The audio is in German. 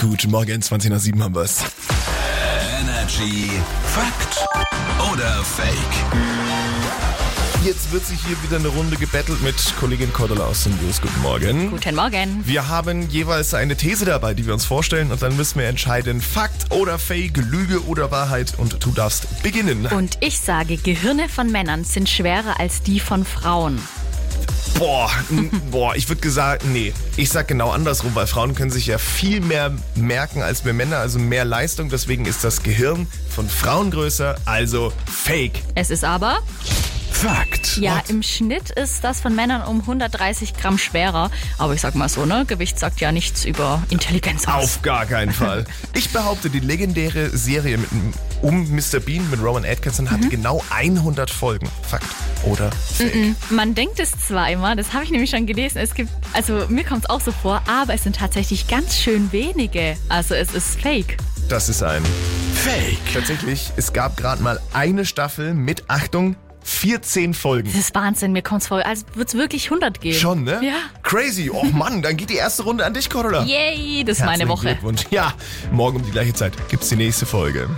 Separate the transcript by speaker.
Speaker 1: Guten Morgen, 20 nach 7 haben wir es.
Speaker 2: Energy Fakt oder Fake?
Speaker 1: Jetzt wird sich hier wieder eine Runde gebettelt mit Kollegin Cordula aus den News. Guten Morgen.
Speaker 3: Guten Morgen.
Speaker 1: Wir haben jeweils eine These dabei, die wir uns vorstellen und dann müssen wir entscheiden, Fakt oder Fake, Lüge oder Wahrheit und du darfst beginnen.
Speaker 3: Und ich sage, Gehirne von Männern sind schwerer als die von Frauen.
Speaker 1: Boah, n- boah, ich würde gesagt, nee, ich sag genau andersrum, weil Frauen können sich ja viel mehr merken als wir Männer, also mehr Leistung, deswegen ist das Gehirn von Frauen größer, also Fake.
Speaker 3: Es ist aber,
Speaker 2: Fakt.
Speaker 3: ja,
Speaker 1: What?
Speaker 3: im Schnitt ist das von Männern um 130 Gramm schwerer. Aber ich sag mal so, ne? Gewicht sagt ja nichts über Intelligenz aus.
Speaker 1: Auf gar keinen Fall. Ich behaupte, die legendäre Serie mit, um Mr. Bean mit Rowan Atkinson
Speaker 3: Mhm.
Speaker 1: hatte genau 100 Folgen. Fakt oder Fake?
Speaker 3: Man denkt es zwar immer, das habe ich nämlich schon gelesen, es gibt, also mir kommt es auch so vor, aber es sind tatsächlich ganz schön wenige. Also es ist fake.
Speaker 1: Das ist ein.
Speaker 2: Fake.
Speaker 1: Tatsächlich, es gab gerade mal eine Staffel mit, Achtung, 14 Folgen.
Speaker 3: Das ist Wahnsinn, mir kommt es vor, als würde es wirklich 100 geben.
Speaker 1: Schon, ne?
Speaker 3: Ja.
Speaker 1: Crazy. Och Mann, dann geht die erste Runde an dich, Cordula.
Speaker 3: Yay, das ist meine
Speaker 1: Herzlichen
Speaker 3: Woche.
Speaker 1: Glückwunsch. Ja, morgen um die gleiche Zeit gibt's die nächste Folge.